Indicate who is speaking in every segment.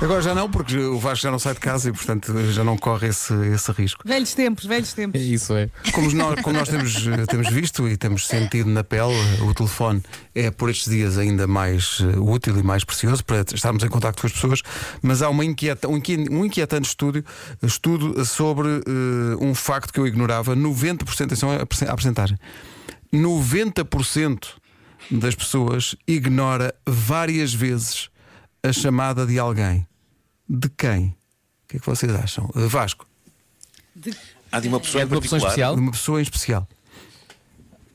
Speaker 1: Agora já não, porque o Vasco já não sai de casa e, portanto, já não corre esse, esse risco.
Speaker 2: Velhos tempos, velhos tempos.
Speaker 3: Isso é.
Speaker 1: Como nós, como nós temos, eh, temos visto e temos sentido na pele, eh, o telefone é por estes dias ainda mais eh, útil e mais precioso para estarmos em contato com as pessoas, mas há uma inquieta, um, inqui- um inquietante estúdio, estudo sobre eh, um facto que eu ignorava: 90%, atenção à perce- à percentagem, 90% das pessoas ignora várias vezes a chamada de alguém. De quem? O que é que vocês acham? Eh, Vasco,
Speaker 4: Há de uma pessoa
Speaker 3: É
Speaker 4: em
Speaker 3: de uma pessoa
Speaker 4: particular.
Speaker 3: especial.
Speaker 1: de uma pessoa em especial.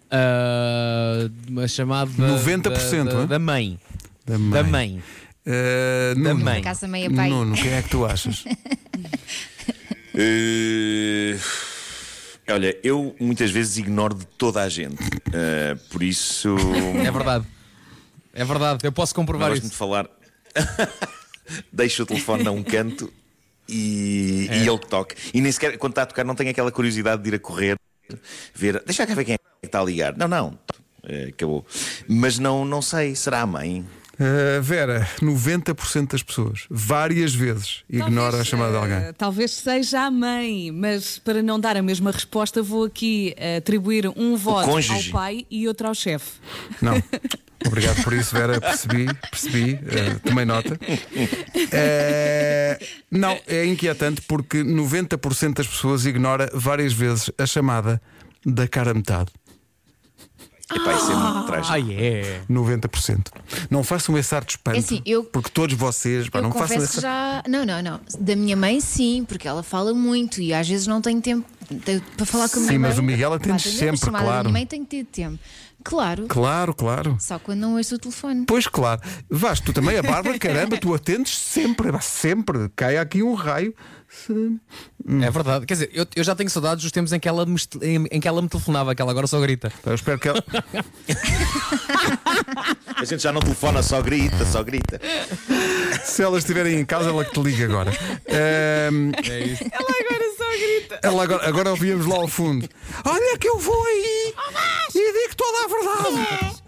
Speaker 3: Ah, de uma chamada.
Speaker 1: 90%,
Speaker 3: da, da,
Speaker 1: hein?
Speaker 3: da mãe. Da mãe.
Speaker 1: Uh,
Speaker 3: Da
Speaker 1: Nuno.
Speaker 3: mãe.
Speaker 5: Casa meia pai.
Speaker 1: Nuno, quem é que tu achas?
Speaker 4: Eh, Olha, eu muitas vezes ignoro de toda a gente. Eh, por isso.
Speaker 3: É verdade. É verdade, eu posso
Speaker 4: Não
Speaker 3: comprovar
Speaker 4: gosto
Speaker 3: isso.
Speaker 4: de falar. Deixo o telefone a um canto e,
Speaker 3: É.
Speaker 4: e ele que toque. E nem sequer, quando está a tocar, não tenho aquela curiosidade de ir a correr, ver. Deixa cá ver quem é que está a ligar. Não, não. Eh, Acabou. Mas não, não sei. Será a mãe?
Speaker 1: Uh, Vera, 90% das pessoas, várias vezes, ignora a chamada de alguém.
Speaker 2: eh, Talvez seja a mãe, mas para não dar a mesma resposta, vou aqui eh, atribuir um voto
Speaker 4: cônjuge.
Speaker 2: ao pai e outro ao chefe.
Speaker 1: Não. Obrigado por isso, Vera. Percebi, percebi, uh, tomei nota. Uh, não, é inquietante porque 90% das pessoas ignora várias vezes a chamada da cara a metade.
Speaker 4: Epá, isso é muito trágico.
Speaker 3: Ah, é.
Speaker 1: 90%. Não façam esse ar de espanto.
Speaker 5: É assim, eu-
Speaker 1: Porque todos vocês, pá,
Speaker 5: Eu
Speaker 1: não façam
Speaker 5: confesso que
Speaker 1: esse
Speaker 5: já. Não, não, não. Da minha mãe, sim, porque ela fala muito e às vezes não tenho tempo de- para falar com a minha
Speaker 1: Sim,
Speaker 5: mãe.
Speaker 1: mas o Miguel atende
Speaker 5: Para atender uma
Speaker 1: sempre,
Speaker 5: chamada
Speaker 1: claro.
Speaker 5: Da minha mãe tem que ter tempo. Claro,
Speaker 1: Claro, claro.
Speaker 5: só quando não ouço o telefone.
Speaker 1: Pois claro, Vasco, tu também, a Bárbara, caramba, tu atendes sempre, pá, sempre, cai aqui um raio. Se-
Speaker 3: É verdade. Quer dizer, eu, eu já tenho saudades dos tempos em que, ela me, est- em, em que ela me telefonava, que ela agora só grita.
Speaker 1: Eu espero que ela.
Speaker 4: A gente já não telefona, só grita, só grita.
Speaker 1: Se elas estiverem em casa, ela que te liga agora. Ahm,
Speaker 2: Ela agora só grita.
Speaker 1: ela agora, agora ouvíamos lá ao fundo. Olha que eu vou aí e digo toda a verdade.